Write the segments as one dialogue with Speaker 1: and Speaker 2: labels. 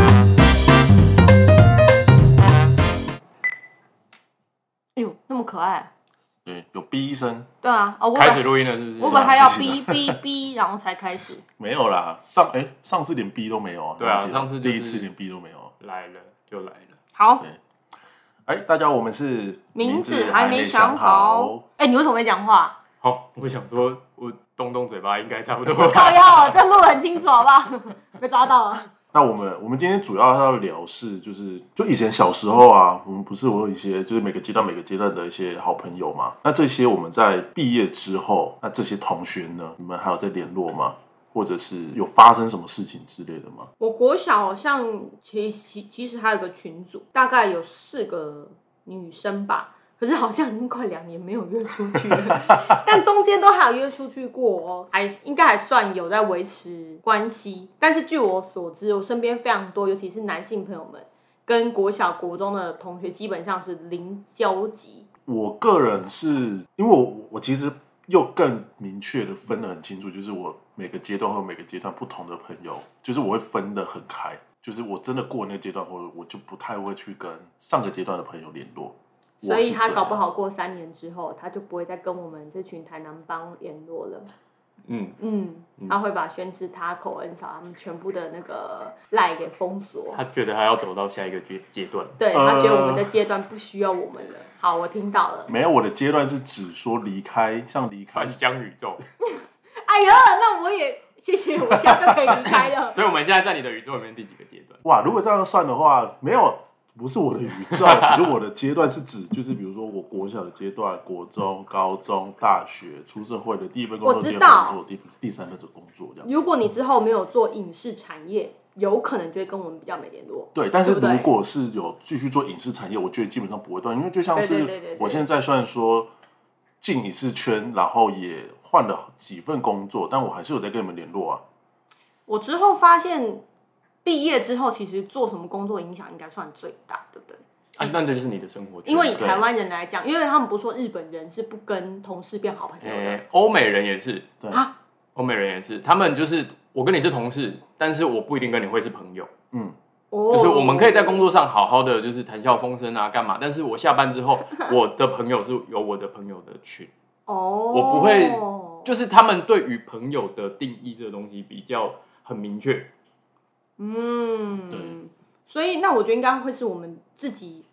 Speaker 1: 哎可爱。
Speaker 2: 对，有逼一声，
Speaker 1: 对啊，哦，我
Speaker 3: 开
Speaker 1: 本
Speaker 3: 始录音了，是不是？
Speaker 1: 我本还要
Speaker 2: 不
Speaker 1: 哔
Speaker 2: 行
Speaker 1: 哔哔，然后才开始。
Speaker 2: 没有啦。上哎、上次连逼都没有啊。
Speaker 3: 对啊
Speaker 2: 你忘记了
Speaker 3: 上次就是
Speaker 2: 第一次连逼都没有啊。
Speaker 3: 来了就来了，
Speaker 1: 好，
Speaker 2: 哎、大家，我们是
Speaker 1: 名字
Speaker 2: 字
Speaker 1: 还
Speaker 2: 没
Speaker 1: 没想好。。哎、你为什么没讲话？
Speaker 3: 好，我想说，我动动嘴巴应该差不多。
Speaker 1: 靠腰，这录得很清楚，好不好？ 被抓到了。
Speaker 2: 那我们我们今天主要要聊是，就是就以前小时候啊，我们不是我有一些就是每个阶段每个阶段的一些好朋友嘛。那这些我们在毕业之后，那这些同学呢，你们还有在联络吗？或者是有发生什么事情之类的吗？
Speaker 1: 我国小好像其其其实还有个群组，大概有四个女生吧，可是好像已经快两年没有约出去了， 但中间都还有约出去过哦，还应该还算有在维持关系。但是据我所知，我身边非常多，尤其是男性朋友们，跟国小国中的同学基本上是零交集。
Speaker 2: 我个人是因为我我其实又更明确的分得很清楚，就是我每个阶段和每个阶段不同的朋友，就是我会分得很开。就是我真的过那个阶段后，我就不太会去跟上个阶段的朋友联络。我
Speaker 1: 所以
Speaker 2: 是
Speaker 1: 他
Speaker 2: 这
Speaker 1: 搞不
Speaker 2: 样
Speaker 1: 好过三年之后，他就不会再跟我们这群台南帮联络了。
Speaker 3: 嗯，
Speaker 1: 嗯，他会把宣之、他口恩少他们全部的那个赖给封锁。
Speaker 3: 他觉得他要走到下一个阶阶段，
Speaker 1: 对
Speaker 2: 呃
Speaker 1: 他觉得我们的阶段不需要我们了。好，我听到了。
Speaker 2: 没有我的阶段是指说离开，像离开
Speaker 3: 翻江宇宙。
Speaker 1: 哎呀，那我也谢谢，我现在就可以离开 了。
Speaker 3: 所以我们现在在你的宇宙里面第几个阶段？
Speaker 2: 哇，如果这样算的话，没有不是我的宇宙，只是我的阶段是指就是比如说我国小的阶段、国中、高中、大学、出社会的第一份工
Speaker 1: 我
Speaker 2: 作、
Speaker 1: 知
Speaker 2: 第二份
Speaker 1: 道
Speaker 2: 工作、第第三份工作这样。
Speaker 1: 如果你之后没有做影视产业，有可能就会跟我们比较没联络。
Speaker 2: 对，但是
Speaker 1: 对不对
Speaker 2: 如果是有继续做影视产业，我觉得基本上不会断，因为就像
Speaker 1: 对对
Speaker 2: 是
Speaker 1: 对对对
Speaker 2: 我现在虽然说进影视圈，然后也换了几份工作，但我还是有在跟你们联络啊。
Speaker 1: 我之后发现，毕业之后其实做什么工作影响应该算最大，对不对？
Speaker 3: 啊，那这就是你的生活圈。
Speaker 1: 因为以
Speaker 2: 对
Speaker 1: 台湾人来讲，因为他们不是说日本人是不跟同事变好朋友的，
Speaker 3: 诶，欧美人也是
Speaker 2: 对
Speaker 1: 啊，
Speaker 3: 欧美人也是，他们就是我跟你是同事，但是我不一定跟你会是朋友。
Speaker 2: 嗯，
Speaker 1: 哦
Speaker 3: 就是我们可以在工作上好好的，就是谈笑风生啊，干嘛？但是我下班之 后，我的朋友是有我的朋友的群，
Speaker 1: 哦，
Speaker 3: 我不会就是他们对于朋友的定义这个东西比较很明确。
Speaker 2: 对
Speaker 1: 嗯，所以那我觉得应该会是我们自己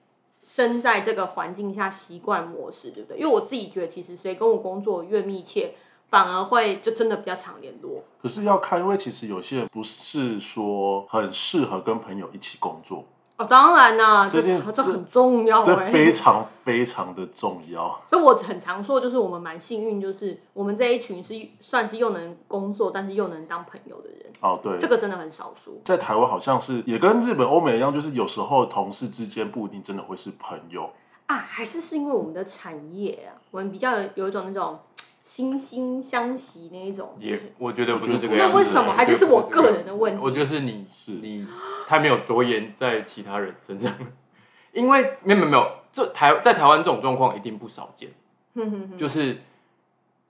Speaker 1: 身在这个环境下习惯模式，对不对？因为我自己觉得，其实谁跟我工作越密切，反而会就真的比较常联络。
Speaker 2: 可是要看，因为其实有些人不是说很适合跟朋友一起工作，
Speaker 1: 哦，当然啦，这
Speaker 2: 这件
Speaker 1: 这很重要
Speaker 2: 这
Speaker 1: 哎、
Speaker 2: 非常非常的重要。
Speaker 1: 所以我很常说，就是我们蛮幸运，就是我们这一群是算是又能工作，但是又能当朋友的人，
Speaker 2: 哦，对，
Speaker 1: 这个真的很少数。
Speaker 2: 在台湾好像是也跟日本、欧美一样，就是有时候同事之间不一定真的会是朋友。
Speaker 1: 啊，还是是因为我们的产业啊，我们比较有有一种那种惺惺相惜那一种，就
Speaker 3: 也
Speaker 1: 是，
Speaker 3: 我觉得不是这个
Speaker 2: 我觉得不是
Speaker 3: 样子。
Speaker 1: 那为什么？还是是我
Speaker 3: 我觉得
Speaker 1: 个
Speaker 3: 不
Speaker 1: 人的问
Speaker 3: 这
Speaker 1: 题？
Speaker 3: 我觉得是你
Speaker 2: 是
Speaker 3: 你他没有着眼在其他人身上，因为没有没有没有，这台在台湾这种状况一定不少见。
Speaker 1: 哼哼哼
Speaker 3: 就是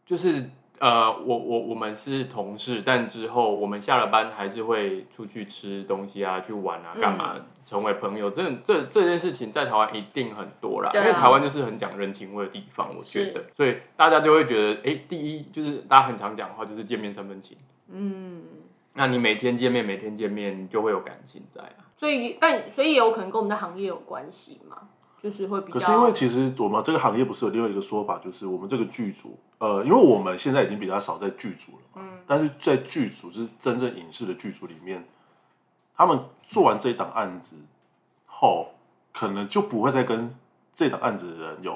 Speaker 3: 就是呃，我我我们是同事，但之后我们下了班还是会出去吃东西啊，去玩啊，干嘛、
Speaker 1: 嗯
Speaker 3: 成为朋友。这这这件事情在台湾一定很多啦，
Speaker 1: 对啊
Speaker 3: 因为台湾就是很讲人情味的地方，我觉
Speaker 1: 是
Speaker 3: 得，所以大家就会觉得，哎，第一就是大家很常讲的话，就是见面三分情。
Speaker 1: 嗯，
Speaker 3: 那你每天见面，每天见面，你就会有感情在啊。
Speaker 1: 所以但所以也有可能跟我们的行业有关系嘛，就是会比较。
Speaker 2: 可是因为其实我们这个行业不是有另外一个说法，就是我们这个剧组，呃，因为我们现在已经比较少在剧组了
Speaker 1: 嗯
Speaker 2: 嘛，但是在剧组就是真正影视的剧组里面，他们做完这一档案子后，可能就不会再跟这档案子的人有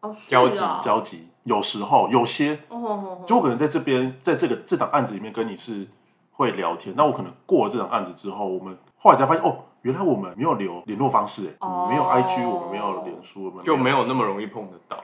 Speaker 1: 哦是
Speaker 3: 交
Speaker 1: 哦
Speaker 3: 集
Speaker 1: 哦
Speaker 2: 交集。有时候有些，
Speaker 1: 哦，
Speaker 2: 就我可能在这边，在这个这档案子里面跟你是会聊天，那我可能过了这档案子之后，我们后来才发现，哦，原来我们没有留联络方式、欸，
Speaker 1: 哦
Speaker 2: 我们没有 IG，我们没有脸书，我们
Speaker 3: 就没有那么容易碰得到，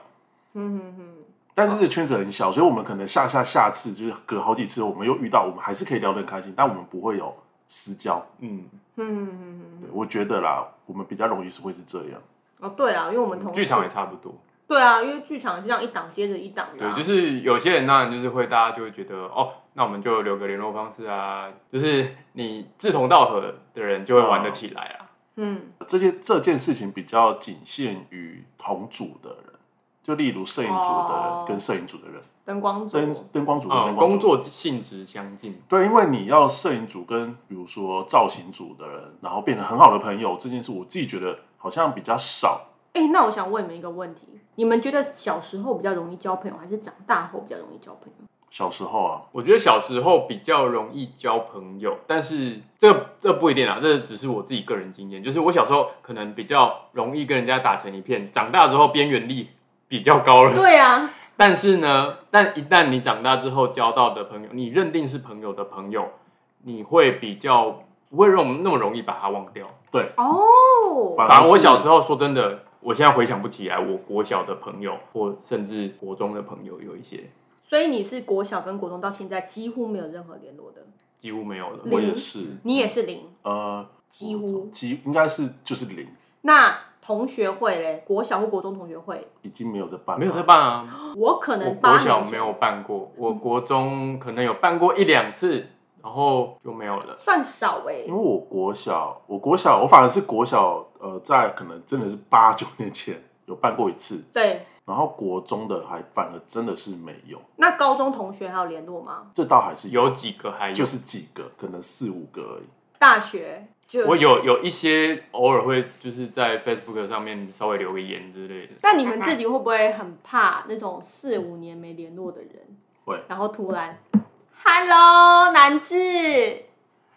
Speaker 1: 嗯哼哼，
Speaker 2: 但是这个圈子很小，所以我们可能下下下次就是隔好几次，我们又遇到，我们还是可以聊得很开心，但我们不会有私交。
Speaker 3: 嗯，
Speaker 1: 嗯哼哼
Speaker 2: 对
Speaker 1: 哼
Speaker 2: 我觉得啦，我们比较容易是会是这样。
Speaker 1: 哼，哦对啊，因为我们同事
Speaker 3: 剧场也差不多。
Speaker 1: 对啊，因为剧场是这样一档接着一档的、
Speaker 3: 对，
Speaker 1: 啊，
Speaker 3: 就是有些人当然就是会，大家就会觉得哦，那我们就留个联络方式啊，就是你志同道合的人就会玩得起来啊。
Speaker 1: 嗯
Speaker 2: 这件这件事情比较仅限于同组的人，就例如摄影组的
Speaker 1: 哦
Speaker 2: 人跟摄影组的人，
Speaker 1: 灯光组，
Speaker 2: 灯灯光组跟
Speaker 3: 呃，
Speaker 2: 灯光组
Speaker 3: 工作性质相近，
Speaker 2: 对，因为你要摄影组跟比如说造型组的人，然后变成很好的朋友，这件事我自己觉得好像比较少。
Speaker 1: 哎、那我想问你们一个问题：你们觉得小时候比较容易交朋友，还是长大后比较容易交朋友？
Speaker 2: 小时候啊，
Speaker 3: 我觉得小时候比较容易交朋友，但是这这不一定啊，这只是我自己个人经验。就是我小时候可能比较容易跟人家打成一片，长大之后边缘力比较高 了。
Speaker 1: 对啊，
Speaker 3: 但是呢，但一旦你长大之后交到的朋友，你认定是朋友的朋友，你会比较不会容那么容易把他忘掉。
Speaker 1: 哦，
Speaker 2: 反
Speaker 3: 反正我
Speaker 2: 是
Speaker 3: 小时候说真的，我现在回想不起来，我国小的朋友或甚至国中的朋友有一些
Speaker 1: 所以你是国小跟国中到现在几乎没有任何联络的，
Speaker 3: 几乎没有了。
Speaker 2: 我也
Speaker 1: 零
Speaker 2: 是，
Speaker 1: 你也是零，
Speaker 3: 嗯
Speaker 2: 呃，
Speaker 1: 几乎。
Speaker 2: 几应该是就是零，
Speaker 1: 那同学会嘞，国小或国中同学会，
Speaker 2: 已经没有在办了，
Speaker 3: 没有在办啊，
Speaker 1: 我可
Speaker 3: 我
Speaker 1: 能八
Speaker 3: 国小
Speaker 1: 年
Speaker 3: 没
Speaker 1: 前
Speaker 3: 有办过，我国中可能有办过一两次，然后就没有了。
Speaker 1: 算少哎、
Speaker 2: 因为我国小，我国小，我反而是国小，呃，在可能真的是八九年前有办过一次，
Speaker 1: 对，
Speaker 2: 然后国中的还反而真的是没有，
Speaker 1: 那高中同学还有联络吗？
Speaker 2: 这倒还是有，
Speaker 3: 有几个还有，
Speaker 2: 就是几个，可能四五个而已。
Speaker 1: 大学就
Speaker 3: 我，有有一些偶尔会就是在 Facebook 上面稍微留个言之类的。
Speaker 1: 那你们自己会不会很怕那种四五年没联络的人？
Speaker 2: 会
Speaker 1: 然后突然，Hello，南智。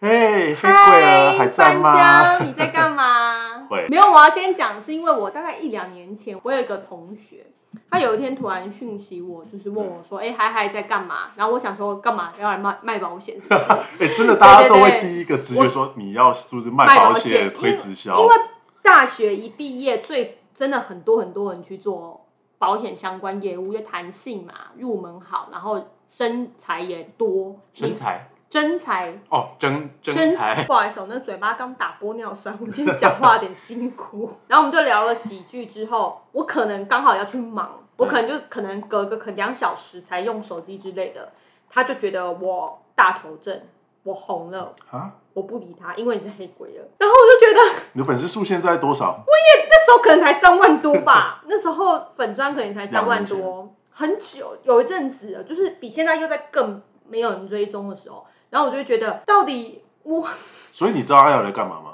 Speaker 2: 嘿，黑贵儿
Speaker 1: 嗨，
Speaker 2: 还在
Speaker 1: 范
Speaker 2: 吗？
Speaker 1: 江，你在干嘛
Speaker 2: 会？
Speaker 1: 没有，我要先讲，是因为我大概一两年前，我有一个同学，他有一天突然讯息我，就是问我
Speaker 2: 嗯
Speaker 1: 说：“哎、嗨嗨，在干嘛？”然后我想说，干嘛要来卖卖保 险是不是？
Speaker 2: 哎、真的，大家都
Speaker 1: 对对对
Speaker 2: 会第一个直觉说你要是不是卖
Speaker 1: 卖保
Speaker 2: 保
Speaker 1: 险
Speaker 2: 险推直销
Speaker 1: 因为？大学一毕业，最真的很多很多人去做保险相关业务，因为弹性嘛，入门好，然后身材也多，
Speaker 3: 身材
Speaker 1: 真才
Speaker 3: 哦，真真
Speaker 1: 真
Speaker 3: 才，
Speaker 1: 不好意思，我那嘴巴刚打玻尿酸，我今天讲话有点辛苦。然后我们就聊了几句之后，我可能刚好要去忙，我可能就可能隔个可能两小时才用手机之类的，他就觉得我大头症，我红了，
Speaker 2: 啊，
Speaker 1: 我不理他，因为你是黑鬼了。然后我就觉得
Speaker 2: 你的粉丝数现在多少？
Speaker 1: 那时候可能才三万多吧，那时候粉砖可能才三万
Speaker 2: 两
Speaker 1: 多，很久有一阵子了，就是比现在又在更没有人追踪的时候，然后我就会觉得到底我。
Speaker 2: 所以你知道艾瑶来干嘛吗？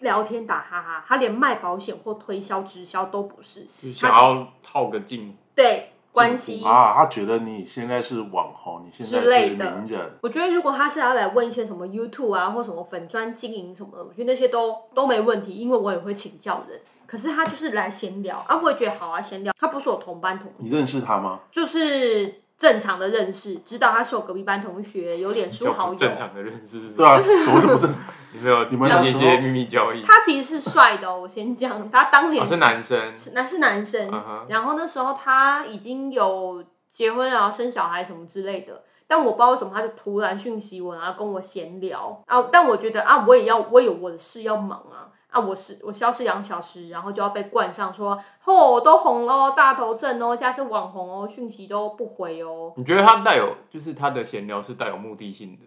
Speaker 1: 聊天打哈哈，他连卖保险或推销直销都不是，
Speaker 3: 就是想
Speaker 1: 他
Speaker 3: 要套个近，
Speaker 1: 对关系。
Speaker 2: 啊，他觉得你现在是网红，你现在
Speaker 1: 之
Speaker 2: 是
Speaker 1: 类的
Speaker 2: 名人，
Speaker 1: 我觉得如果他是要来问一些什么 YouTube 啊或什么粉砖经营什么的，我觉得那些都都没问题，因为我也会请教人。可是他就是来闲聊啊，我也觉得好啊，闲聊。他不是我同班同
Speaker 2: 你认识他吗？
Speaker 1: 就是正常的认识，知道他是我隔壁班同学，有脸书
Speaker 3: 就
Speaker 1: 好
Speaker 3: 不
Speaker 1: 友。
Speaker 3: 正常的认识是什
Speaker 2: 对
Speaker 3: 么。
Speaker 2: 啊，怎么会不是？
Speaker 3: 你没有
Speaker 2: 你们
Speaker 3: 进
Speaker 2: 那
Speaker 3: 行一
Speaker 2: 时
Speaker 3: 些
Speaker 2: 候
Speaker 3: 秘密交易？
Speaker 1: 他其实是帅的、哦，我先讲，他当年
Speaker 3: 我是男生，
Speaker 1: 是男是男生，
Speaker 3: 嗯哼
Speaker 1: 然后那时候他已经有结婚然后生小孩什么之类的，但我不知道为什么他就突然讯息我，然后跟我闲聊啊。但我觉得啊，我也要我有我的事要忙啊啊，我是我消失两小时，然后就要被冠上说，嚯、我都红喽，大头症哦，现在是网红哦，讯息都不回哦。
Speaker 3: 你觉得他带有就是他的闲聊是带有目的性的，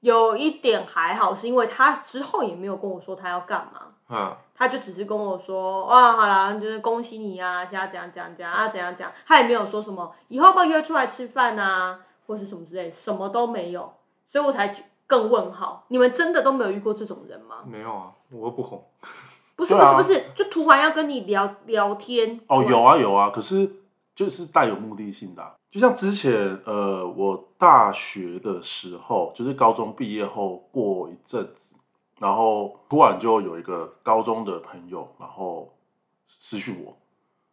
Speaker 1: 有一点还好，是因为他之后也没有跟我说他要干嘛。
Speaker 3: 嗯，
Speaker 1: 他就只是跟我说，哇，好啦，就是恭喜你啊，现在怎样怎样怎样啊，怎样怎样，他也没有说什么以后要不要约出来吃饭啊，或是什么之类，什么都没有，所以我才更问号，你们真的都没有遇过这种人吗？
Speaker 3: 没有啊，我又不红，
Speaker 1: 不是
Speaker 2: 对
Speaker 1: 不是
Speaker 2: 啊
Speaker 1: 不是，就突然要跟你聊聊天
Speaker 2: 哦，有啊有啊，可是就是带有目的性的啊、就像之前呃，我大学的时候，就是高中毕业后过一阵子，然后突然就有一个高中的朋友，然后私讯我，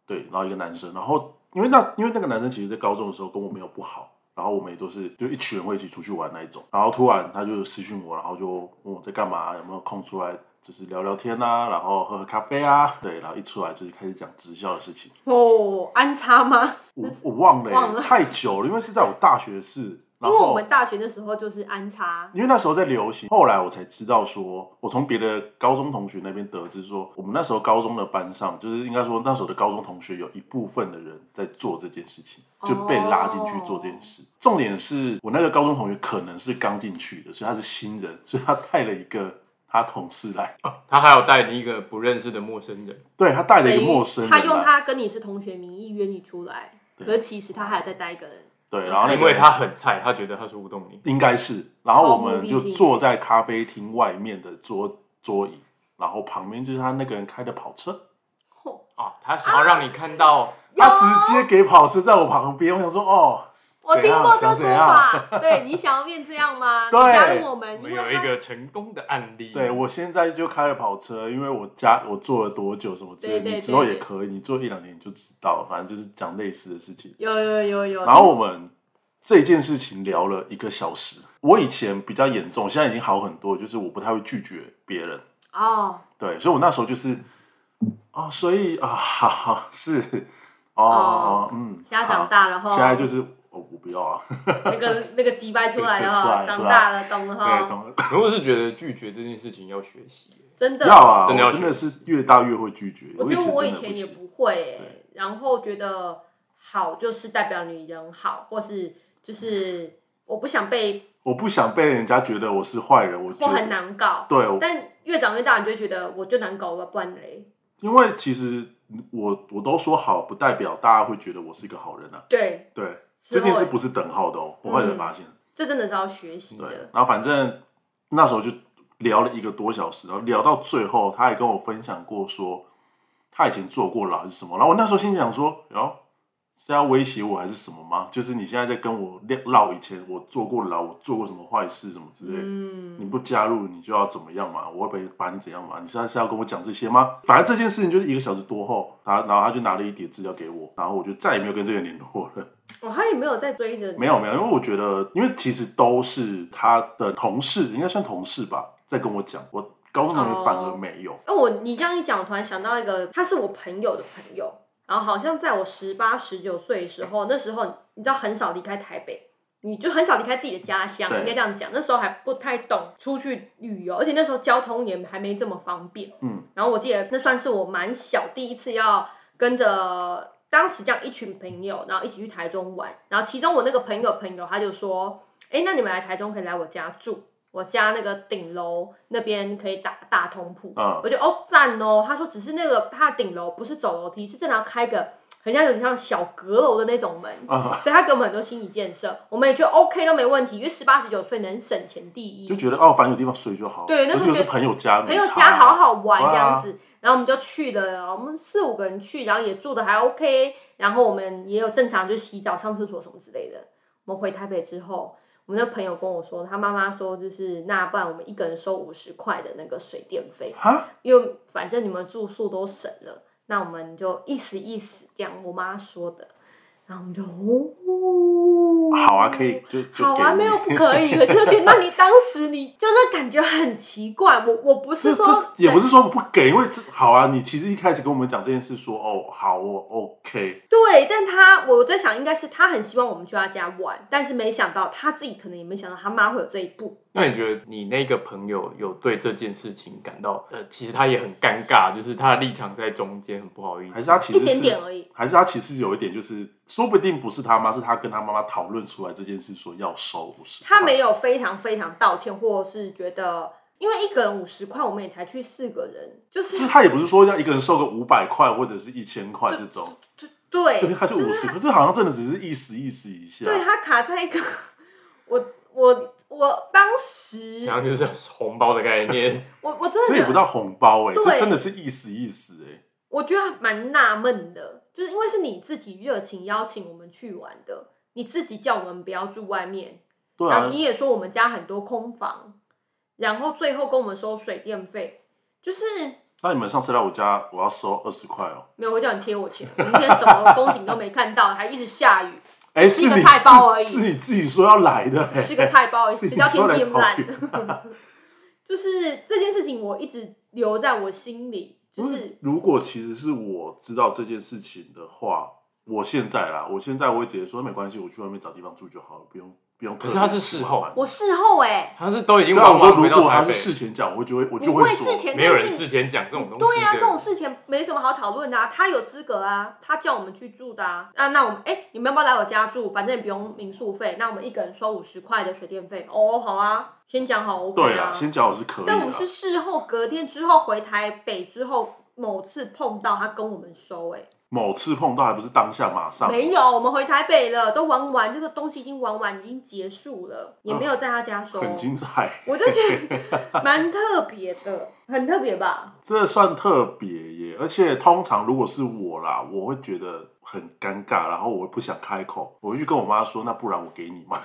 Speaker 2: 对，然后一个男生，然后因为那因为那个男生其实在高中的时候跟我没有不好。然后我们也都是就一群人会一起出去玩那一种，然后突然他就私讯我，然后就问我在干嘛，有没有空出来就是聊聊天啊，然后喝喝咖啡啊，对，然后一出来就是开始讲直销的事情，
Speaker 1: 哦，安插 吗？
Speaker 2: 我我忘了,、欸、
Speaker 1: 忘了
Speaker 2: 太久了，因为是在我大学的事，
Speaker 1: 因
Speaker 2: 然
Speaker 1: 为我
Speaker 2: 后
Speaker 1: 们大学的时候就是安插，
Speaker 2: 因为那时候在流行，后来我才知道说，我从别的高中同学那边得知说，我们那时候高中的班上，就是应该说那时候的高中同学有一部分的人在做这件事情，
Speaker 1: 哦
Speaker 2: 就被拉进去做这件事。重点是我那个高中同学可能是刚进去的，所以他是新人，所以他带了一个。他同事来，
Speaker 3: 哦他还有带你一个不认识的陌生人，
Speaker 2: 对他带了一个陌生人来，
Speaker 1: 他用他跟你是同学名义约你出来，可是其实他还有再带一个人。
Speaker 2: 对，然后那个
Speaker 3: 因为他很菜，他觉得他是乌冬你。
Speaker 2: 应该是，然后我们
Speaker 1: 超
Speaker 2: 就
Speaker 1: 目的性
Speaker 2: 坐在咖啡厅外面的桌桌椅，然后旁边就是他那个人开的跑车，
Speaker 1: 吼
Speaker 2: 哦
Speaker 3: 啊，他想要让你看
Speaker 2: 啊
Speaker 3: 到，
Speaker 2: 他直接给跑车在我旁边，我想说哦，
Speaker 1: 我听过这
Speaker 2: 怎
Speaker 1: 说
Speaker 2: 样
Speaker 1: 法，对你想要变这样吗？
Speaker 2: 对
Speaker 1: 你加入我
Speaker 3: 我
Speaker 1: 们，
Speaker 3: 们
Speaker 1: 因
Speaker 3: 有
Speaker 1: 为
Speaker 3: 一
Speaker 1: 他
Speaker 3: 个成功的案
Speaker 1: 啊
Speaker 3: 例。
Speaker 2: 对我现在就开了跑车，因为我家我坐了多久什么之类，
Speaker 1: 对对
Speaker 2: 你之后
Speaker 1: 对
Speaker 2: 也可以，你坐一两年你就知道，反正就是讲类似的事情。
Speaker 1: 有有有有。
Speaker 2: 然后我们这件事情聊了一个小时，我以前比较严重，现在已经好很多，就是我不太会拒绝别人，
Speaker 1: 哦，
Speaker 2: 对，所以我那时候就是啊、所以啊，好好是哦
Speaker 1: 哦
Speaker 2: 嗯，
Speaker 1: 现在长
Speaker 2: 好，
Speaker 1: 大了哈，
Speaker 2: 现在就是哦，我不要啊，
Speaker 1: 那个那个鸡掰出来了
Speaker 2: 出来
Speaker 1: 哈，
Speaker 2: 了
Speaker 1: 长大了懂了
Speaker 2: 对，
Speaker 1: 哈，
Speaker 2: 懂了，
Speaker 3: 可我是觉得拒绝这件事情要学习。
Speaker 1: 真的
Speaker 2: 要啊，
Speaker 3: 真的要
Speaker 2: 我真的是越大越会拒绝，
Speaker 1: 我觉得我以
Speaker 2: 真的
Speaker 1: 前也
Speaker 2: 行
Speaker 1: 不会、欸
Speaker 2: 对，
Speaker 1: 然后觉得好就是代表你人好，或是就是我不想被
Speaker 2: 我不想被人家觉得我是坏人，我觉
Speaker 1: 或很
Speaker 2: 得
Speaker 1: 难搞。
Speaker 2: 对，我
Speaker 1: 但越长越大，你就会觉得我就难搞吧，不然嘞。
Speaker 2: 因为其实我我都说好，不代表大家会觉得我是一个好人啊，
Speaker 1: 对，
Speaker 2: 对，
Speaker 1: 之
Speaker 2: 这
Speaker 1: 后
Speaker 2: 件事不是等号的哦，我后来才发现。
Speaker 1: 这真的是要学习
Speaker 2: 对
Speaker 1: 的，。
Speaker 2: 然后反正那时候就聊了一个多小时，然后聊到最后，他还跟我分享过说他以前坐过牢是什么。然后我那时候心里想说，哟、是要威胁我还是什么吗？就是你现在在跟我唠唠以前我坐过牢，我做过什么坏事什么之类的
Speaker 1: 嗯，
Speaker 2: 你不加入，你就要怎么样嘛？我会把你怎样嘛？你现在是要跟我讲这些吗？反正这件事情就是一个小时多后，他然后他就拿了一叠资料给我，然后我就再也没有跟这个人联络了。
Speaker 1: 我他也没有在追着你，
Speaker 2: 没有没有，因为我觉得，因为其实都是他的同事，应该算同事吧，在跟我讲。我高中同学反而没有，
Speaker 1: 哎、我你这样一讲，我突然想到一个，他是我朋友的朋友，然后好像在我十八、十九岁的时候，那时候你知道很少离开台北，你就很少离开自己的家乡，
Speaker 2: 对
Speaker 1: 应该这样讲。那时候还不太懂出去旅游，而且那时候交通也还没这么方便。
Speaker 2: 嗯，
Speaker 1: 然后我记得那算是我蛮小第一次要跟着当时这样一群朋友，然后一起去台中玩。然后其中我那个朋友朋友他就说：“哎，那你们来台中可以来我家住。”我家那个顶楼那边可以打大通铺，
Speaker 2: 嗯
Speaker 1: 我觉得哦赞哦。他说只是那个他的顶楼不是走楼梯，是正常开个很像有点像小阁楼的那种门，
Speaker 2: 啊、
Speaker 1: 所以他给我们很多心理建设，我们也觉得 OK 都没问题，因为十八十九岁能省钱第一，
Speaker 2: 就觉得哦，反正有地方睡就好。
Speaker 1: 对那时候
Speaker 2: 而且又
Speaker 1: 觉
Speaker 2: 是
Speaker 1: 得
Speaker 2: 朋友家，
Speaker 1: 朋
Speaker 2: 没
Speaker 1: 友
Speaker 2: 差
Speaker 1: 家好好玩
Speaker 2: 对啊
Speaker 1: 这样子。然后我们就去了，我们四五个人去，然后也住的还 OK，然后我们也有正常就洗澡、上厕所什么之类的。我们回台北之后，我们的朋友跟我说，他妈妈说就是那不然我们一个人收五十块的那个水电费，
Speaker 2: 哈，
Speaker 1: 因为反正你们住宿都省了，那我们就意思意思这样，我妈说的。然后我们就哦，
Speaker 2: 好啊，可以就就
Speaker 1: 好
Speaker 2: 给
Speaker 1: 啊，
Speaker 2: 你
Speaker 1: 没有不可以。可是就觉得，那你当时你就是感觉很奇怪。我我不
Speaker 2: 这
Speaker 1: 是说
Speaker 2: 这也不是说不给，因为这好啊，你其实一开始跟我们讲这件事说哦好我 OK，
Speaker 1: 对，但他我在想，应该是他很希望我们去他家玩，但是没想到他自己可能也没想到他妈会有这一步。
Speaker 3: 那你觉得你那个朋友有对这件事情感到呃，其实他也很尴尬，就是他的立场在中间，很不好意
Speaker 2: 还
Speaker 3: 思。
Speaker 2: 是他其实是
Speaker 1: 一点点而已
Speaker 2: 还是他其实有一点就是，说不定不是他妈，是他跟他妈妈讨论出来这件事，说要收五十。
Speaker 1: 他没有非常非常道歉，或是觉得，因为一个人五十块，我们也才去四个人，就是
Speaker 2: 就是他也不是说要一个人收个五百块或者是一千块这种，
Speaker 1: 对，
Speaker 2: 对，他就五
Speaker 1: 是
Speaker 2: 十，可这好像真的只是意思意思一下。
Speaker 1: 对啊他卡在一个，我我我当时
Speaker 3: 然后就是红包的概 念，
Speaker 1: 我我真的
Speaker 2: 这
Speaker 1: 觉
Speaker 2: 也
Speaker 1: 得
Speaker 2: 不到红包哎、
Speaker 1: 对
Speaker 2: 这真的是意思意思哎、
Speaker 1: 我觉得蛮纳闷的，就是因为是你自己热情邀请我们去玩的，你自己叫我们不要住外面，
Speaker 2: 对
Speaker 1: 然
Speaker 2: 啊
Speaker 1: 后，你也说我们家很多空房，然后最后跟我们收水电费，就是
Speaker 2: 那你们上次来我家，我要收二十块哦。
Speaker 1: 没有我叫你贴我钱，明天什 么风景都没看到，还一直下雨，
Speaker 2: 哎、
Speaker 1: 只
Speaker 2: 是
Speaker 1: 是一个
Speaker 2: 你
Speaker 1: 菜包而已
Speaker 2: 自是你自己说要来的、哎
Speaker 1: 吃个菜包，
Speaker 2: 是
Speaker 1: 吃
Speaker 2: 你
Speaker 1: 到天
Speaker 2: 说来
Speaker 1: 气烂
Speaker 2: 桃。
Speaker 1: 就是这件事情，我一直留在我心里，就是
Speaker 2: 如果其实是我知道这件事情的话，我现在啦，我现在我会直接说没关系，我去外面找地方住就好了，不用不用特
Speaker 3: 可
Speaker 2: 别去麻
Speaker 3: 是他
Speaker 2: 烦。
Speaker 3: 是事后
Speaker 1: 我事后哎、
Speaker 3: 他是都已经
Speaker 2: 对啊，
Speaker 3: 玩
Speaker 2: 我说
Speaker 3: 完回
Speaker 2: 如
Speaker 3: 到
Speaker 2: 果
Speaker 3: 台
Speaker 2: 他
Speaker 3: 北
Speaker 2: 是，事前讲，我就会我就
Speaker 1: 不会
Speaker 2: 说
Speaker 1: 事前
Speaker 3: 没有
Speaker 1: 但
Speaker 3: 人
Speaker 1: 是
Speaker 3: 事前讲这种东西。
Speaker 1: 对啊，
Speaker 3: 的
Speaker 1: 这种事情没什么好讨论的、啊，他有资格啊，他叫我们去住的啊。那那我们哎、你们要不要来我家住？反正也不用民宿费，那我们一个人收五十块的水电费。哦，好啊，先讲好 OK
Speaker 2: 对
Speaker 1: 啊
Speaker 2: 啦，。先讲我是可以
Speaker 1: 但我们
Speaker 2: 啦。
Speaker 1: 是事后隔天之后回台北之后某次碰到他跟我们收、欸，
Speaker 2: 某次碰到还不是当下马上，
Speaker 1: 没有，我们回台北了，都玩完这个东西已经玩完，已经结束了，也没有在他家收。
Speaker 2: 嗯很精彩，
Speaker 1: 我就觉 得蛮特别的，很特别吧？
Speaker 2: 这算特别耶。而且通常如果是我啦，我会觉得很尴尬，然后我不想开口，我会去跟我妈说，那不然我给你嘛。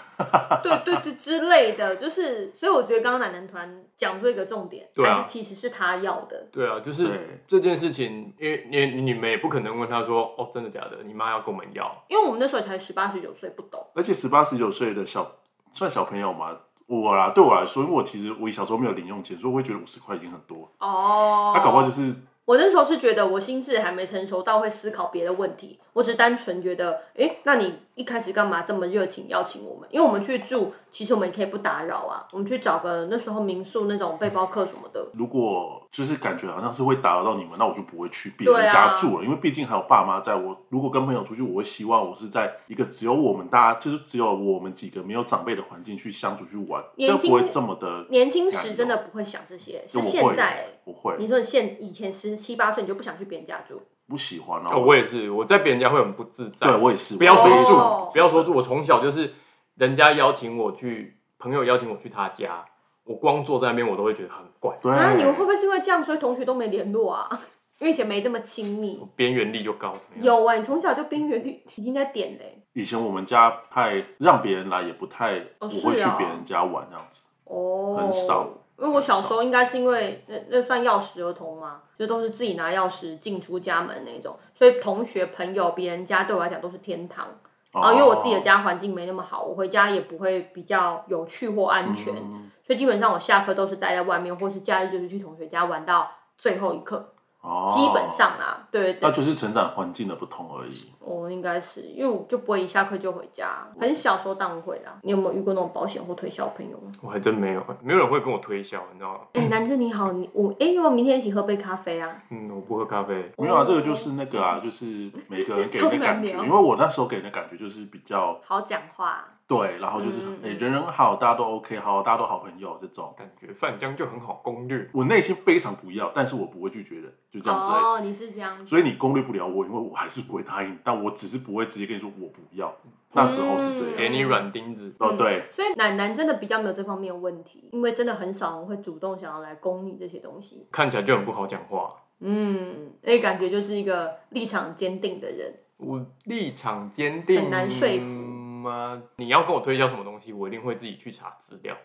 Speaker 1: 对对对之类的，就是，所以我觉得刚刚奶奶团讲出一个重点，
Speaker 3: 对啊
Speaker 1: 还是其实是他要的，
Speaker 3: 对啊，就是
Speaker 2: 对，
Speaker 3: 这件事情，因为你你们也不可能问他说，哦，真的假的？你妈要跟我们要，
Speaker 1: 因为我们那时候才十八十九岁，不懂。
Speaker 2: 而且十八十九岁的小算小朋友嘛，我啦对我来说，因为我其实我小时候没有零用钱，所以我会觉得五十块已经很多。
Speaker 1: 哦，
Speaker 2: 他搞不好就是
Speaker 1: 我那时候是觉得我心智还没成熟到会思考别的问题，我只单纯觉得，诶、那你一开始干嘛这么热情邀请我们？因为我们去住，其实我们也可以不打扰啊，我们去找个那时候民宿那种背包客什么的。
Speaker 2: 如果就是感觉好像是会打扰到你们，那我就不会去别人
Speaker 1: 对啊
Speaker 2: 家住了，因为毕竟还有爸妈在。我如果跟朋友出去，我会希望我是在一个只有我们大家，就是只有我们几个没有长辈的环境去相处去玩，这
Speaker 1: 年
Speaker 2: 样
Speaker 1: 轻
Speaker 2: 不会这么的。
Speaker 1: 年轻时真的不会想这些，是
Speaker 2: 就
Speaker 1: 现
Speaker 2: 我会
Speaker 1: 在、
Speaker 2: 我会
Speaker 1: 你说你现以前十七八岁你就不想去别人家住，
Speaker 2: 不喜欢
Speaker 3: 哦，
Speaker 2: 哦。
Speaker 3: 我也是，我在别人家会很不自在。
Speaker 2: 对我也是，
Speaker 3: 不要
Speaker 2: 我也
Speaker 3: 说
Speaker 2: 是
Speaker 3: 住，
Speaker 1: 哦
Speaker 3: 不要说住，我从小就是人家邀请我去，朋友邀请我去他家，我光坐在那边我都会觉得很怪，
Speaker 2: 对
Speaker 1: 啊，你们会不会是因为这样，所以同学都没联络啊？ 因为以前没这么亲密
Speaker 3: 我。边缘力就高。
Speaker 2: 嗯
Speaker 1: 有哎、你从小就边缘率已经在点嘞、
Speaker 2: 以前我们家太让别人来，也不太我
Speaker 1: 哦
Speaker 2: 会
Speaker 1: 是
Speaker 2: 去
Speaker 1: 啊
Speaker 2: 别人家玩这样子。
Speaker 1: 哦，
Speaker 2: 很少。
Speaker 1: 因为我小时候应该是因为那那算钥匙儿童嘛，就都是自己拿钥匙进出家门那种，所以同学、朋友、别人家对我来讲都是天堂。
Speaker 2: 哦
Speaker 1: 然哦后因为我自己的家环境没那么好，我回家也不会比较有趣或安全，
Speaker 2: 嗯
Speaker 1: 所以基本上我下课都是待在外面，或是假日就是去同学家玩到最后一刻，
Speaker 2: 哦，
Speaker 1: 基本上啦，对对
Speaker 2: 那就是成长环境的不同而已。
Speaker 1: 我应该是因为我就不会一下课就回家，很小时候当然会啦。你有没有遇过那种保险或推销朋友吗？
Speaker 3: 我还真没有，没有人会跟我推销，你知道吗？
Speaker 1: 哎、男生你好，你我哎，要、不要明天一起喝杯咖啡啊？
Speaker 3: 嗯，我不喝咖啡，
Speaker 2: 没有啊，这
Speaker 1: 哦
Speaker 2: 个就是那个啊，就是每个 人给人的感觉，
Speaker 1: 超难聊
Speaker 2: 因为我那时候给人的感觉就是比较
Speaker 1: 好讲话，啊
Speaker 2: 对，然后就是哎、
Speaker 1: 嗯
Speaker 2: 诶人人好，大家都 OK，好，大家都好朋友这种，
Speaker 3: 感觉范江就很好攻略。
Speaker 2: 我内心非常不要，但是我不会拒绝的，就这样子而已。
Speaker 1: 哦，你是这样子，
Speaker 2: 所以你攻略不了我，因为我还是不会答应，但我只是不会直接跟你说我不要。那时候是这样，
Speaker 3: 给
Speaker 1: 嗯
Speaker 3: 你软钉子，
Speaker 2: 哦对，
Speaker 1: 所以奶奶真的比较没有这方面的问题，因为真的很少人会主动想要来攻你这些东西。
Speaker 3: 看起来就很不好讲话。
Speaker 1: 嗯，而且感觉就是一个立场坚定的人。
Speaker 3: 我立场坚定，
Speaker 1: 很难说服
Speaker 3: 吗？你要跟我推销什么东西，我一定会自己去查资料，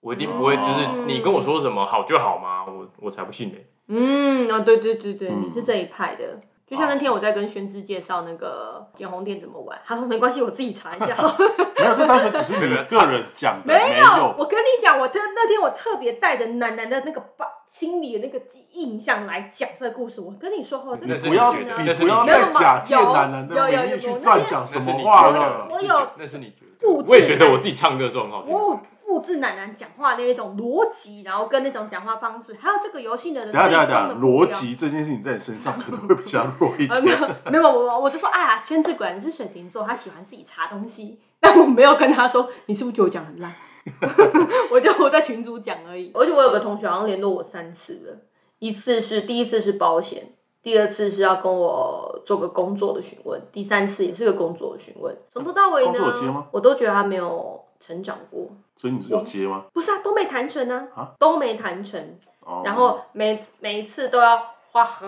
Speaker 3: 我一定不会就是
Speaker 1: 嗯
Speaker 3: 你跟我说什么好就好吗？我我才不信呢、
Speaker 1: 嗯，哦，对对对对，
Speaker 2: 嗯
Speaker 1: 你是这一派的。就像那天我在跟宣志介绍那个剪红店怎么玩，他说没关系，我自己查一下。
Speaker 2: 没有，这单纯只是你个人 讲的，没有。
Speaker 1: 哦我跟你讲，我特那天我特别带着楠楠的那个吧心里的那个印象来讲这个故事。我跟你说哦，这
Speaker 2: 你
Speaker 1: 个
Speaker 3: 那是
Speaker 2: 不要，
Speaker 1: 故事呢
Speaker 2: 你不要再假借男人的名义去乱讲什么话了。
Speaker 1: 我有
Speaker 3: 那是你觉得，
Speaker 1: 布置
Speaker 3: 我也觉得我自己唱歌的时候很好听
Speaker 1: 我。有复制楠楠讲话的那种逻辑，然后跟那种讲话方式，还有这个游戏的人
Speaker 2: 等一下
Speaker 1: 最
Speaker 2: 等一
Speaker 1: 终
Speaker 2: 下等一下，
Speaker 1: 的目标
Speaker 2: 逻。辑这件事情在你身上可能会比较弱 一
Speaker 1: 呃，没
Speaker 2: 点
Speaker 1: 有。没有，我我就说，哎呀，宣志果然是水瓶座，他喜欢自己查东西。但我没有跟他说，你是不是觉得我讲很烂？ 我就我在群组讲而已。而且我有个同学好像联络我三次了，一次是第一次是保险，第二次是要跟我做个工作的询问，第三次也是个工作的询问。从头到尾
Speaker 2: 工作有接
Speaker 1: 呢
Speaker 2: 吗，
Speaker 1: 我都觉得他没有成长过。
Speaker 2: 所以你有接吗？
Speaker 1: 不是啊，都没谈成啊，
Speaker 2: 啊
Speaker 1: 都没谈成。
Speaker 2: 哦，
Speaker 1: 然后每每一次都要花很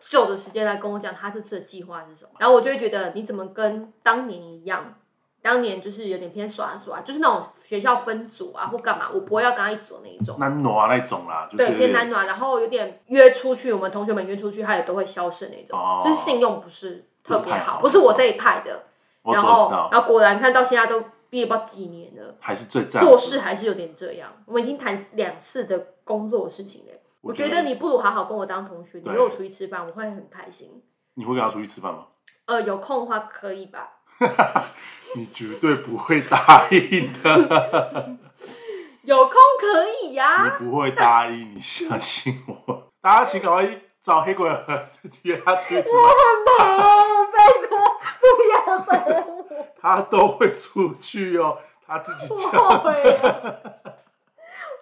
Speaker 1: 久的时间来跟我讲他这次的计划是什么，然后我就会觉得你怎么跟当年一样，当年就是有点偏耍耍，就是那种学校分组啊或干嘛，我不会要跟他一组的那一种。
Speaker 2: 难挪那种啦，就是
Speaker 1: 对，
Speaker 2: 有点
Speaker 1: 偏难暖，然后有点约出去，我们同学们约出去，他也都会消失那种，
Speaker 2: 哦
Speaker 1: 就是信用不是特
Speaker 2: 不是
Speaker 1: 别
Speaker 2: 太好
Speaker 1: 好，不是我这一派的。
Speaker 2: 我
Speaker 1: 然
Speaker 2: 怎么知
Speaker 1: 后，
Speaker 2: 道？
Speaker 1: 然后果然看到现在都毕业不知道几年了，
Speaker 2: 还是最
Speaker 3: 啊
Speaker 2: 赞
Speaker 1: 做事还是有点这样。我们已经谈两次的工作的事情了。我
Speaker 2: 我
Speaker 1: 觉
Speaker 2: 觉
Speaker 1: 得你不如好好跟我当同学，你
Speaker 2: 对
Speaker 1: 约我出去吃饭，我会很开心。
Speaker 2: 你会跟他出去吃饭吗？
Speaker 1: 呃，有空的话可以吧？
Speaker 2: 你绝对不会答应 的，
Speaker 1: 有空可以呀、
Speaker 2: 你不会答应，你相信我。大家请赶快找黑鬼儿约他出去吃饭，
Speaker 1: 拜托，不要烦我。
Speaker 2: 他都会出去哦，他自己
Speaker 1: 我
Speaker 2: 讲。
Speaker 1: 后悔了。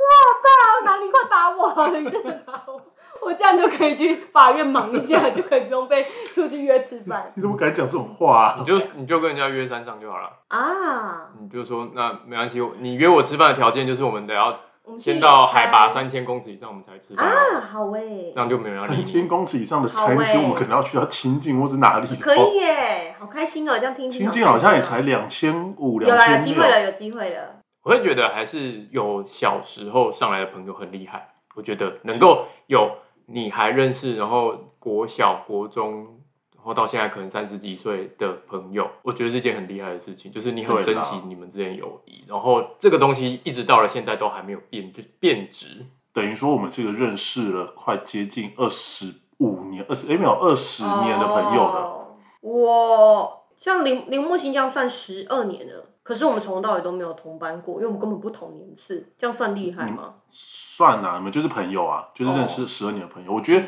Speaker 1: 哇，爸，哪里快打我！你真的打我，我这样就可以去法院忙一下，就可以不用被出去约吃 饭
Speaker 2: 你怎么敢讲这种话、啊
Speaker 3: 你？就你就跟人家约山上就好了，
Speaker 1: 啊。
Speaker 3: 你就说那没关系，我你约我吃饭的条件就是我们得要
Speaker 1: 我们去
Speaker 3: 先到
Speaker 1: 野餐
Speaker 3: 海拔三千公尺以上我们才吃饭，
Speaker 1: 啊，好喂、
Speaker 3: 这样就没有人要理
Speaker 2: 三千
Speaker 3: 你。
Speaker 2: 公尺以上的餐
Speaker 1: 好欸
Speaker 2: 厅，我们可能要去到清境或是哪里哦。
Speaker 1: 可以耶，好开心哦、这样听听。
Speaker 2: 清境好像也才两千五、
Speaker 1: 有
Speaker 2: 两
Speaker 1: 啦，
Speaker 2: 千
Speaker 1: 有机会了，有机会了。
Speaker 3: 我会觉得还是有小时候上来的朋友很厉害，我觉得能够有你还认识，然后国小、国中，然后到现在可能三十几岁的朋友，我觉得是一件很厉害的事情，就是你很
Speaker 2: 对啦
Speaker 3: 珍惜你们之间的友谊，然后这个东西一直到了现在都还没有变，就变质。
Speaker 2: 等于说我们这个认识了快接近二十五年、二十哎没有二十年的朋友了。
Speaker 1: 哦我像铃铃木新这样算十二年了，可是我们从头到尾都没有同班过，因为我们根本不同年次，这样算厉害吗？
Speaker 2: 嗯算啦、你们就是朋友啊，就是认
Speaker 1: 哦
Speaker 2: 识十二年的朋友。我觉
Speaker 1: 嗯
Speaker 2: 得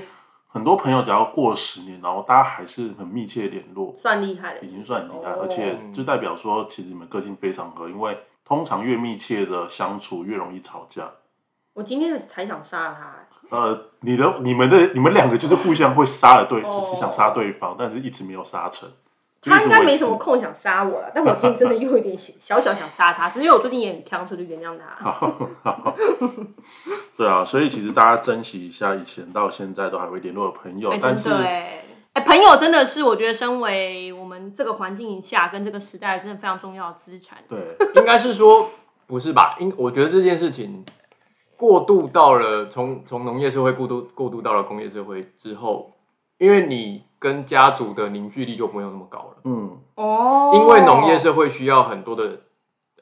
Speaker 2: 很多朋友只要过十年，然后大家还是很密切联络，
Speaker 1: 算厉害了
Speaker 2: 已，经算很厉害，
Speaker 1: 哦
Speaker 2: 而且就代表说，其实你们个性非常合，因为通常越密切的相处越容易吵架。
Speaker 1: 我今天才想杀他、
Speaker 2: 呃，你的、你们的、你们两个就是互相会杀了对，
Speaker 1: 哦
Speaker 2: 只是想杀对方，但是一直没有杀成。就一
Speaker 1: 他
Speaker 2: 直
Speaker 1: 应该
Speaker 2: 维
Speaker 1: 没
Speaker 2: 持
Speaker 1: 什么空想杀我了，但我今天真的又有点小小小想杀 他，只是因为我最近也很强，所以就原谅他。
Speaker 2: 对啊，所以其实大家珍惜一下以前到现在都还会联络的朋友，
Speaker 1: 哎、
Speaker 2: 但
Speaker 1: 真
Speaker 2: 是
Speaker 1: 的哎、哎、朋友真的是我觉得身为我们这个环境下跟这个时代真的非常重要的资产。
Speaker 2: 对，
Speaker 3: 应该是说不是吧？应我觉得这件事情过渡到了从从农业社会过渡过渡到了工业社会之后，因为你跟家族的凝聚力就没有那么高了，
Speaker 2: 嗯，
Speaker 1: 哦
Speaker 3: 因为农业社会需要很多的。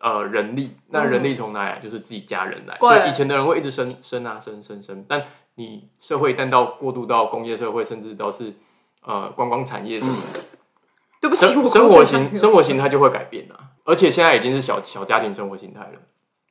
Speaker 3: 呃，人力，那人力从哪里来？就是自己家人来。
Speaker 1: 对
Speaker 3: 所以以前的人会一直生生啊生生生，但你社会一旦到过渡到工业社会，甚至到是呃观光产业什么的，
Speaker 1: 对不起，
Speaker 3: 生
Speaker 1: 我
Speaker 3: 生活
Speaker 1: 想
Speaker 3: 形
Speaker 1: 太
Speaker 3: 生活形态就会改变了、而且现在已经是小小家庭生活形态了。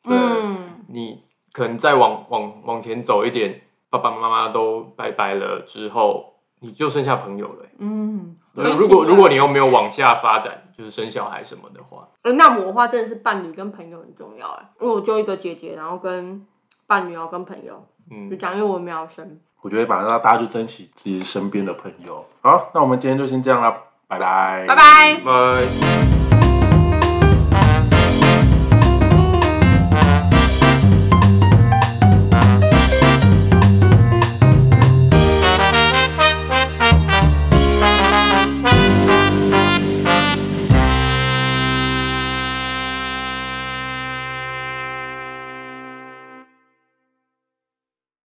Speaker 1: 多嗯。
Speaker 3: 你可能再往往往前走一点，爸爸妈妈都拜拜了之后，你就剩下朋友了欸、
Speaker 1: 嗯，
Speaker 2: 对
Speaker 1: 就
Speaker 3: 如如果
Speaker 1: 听了
Speaker 3: 如果你又没有往下发展，就是生小孩什么的话，
Speaker 1: 呃那我的话真的是伴侣跟朋友很重要哎，因为我就一个姐姐，然后跟伴侣，然后跟朋友，就
Speaker 3: 嗯，
Speaker 1: 讲，因为我没有生，
Speaker 2: 我觉得把大家就珍惜自己身边的朋友。好，那我们今天就先这样啦，拜拜，
Speaker 3: 呃
Speaker 1: 拜拜。
Speaker 3: 拜。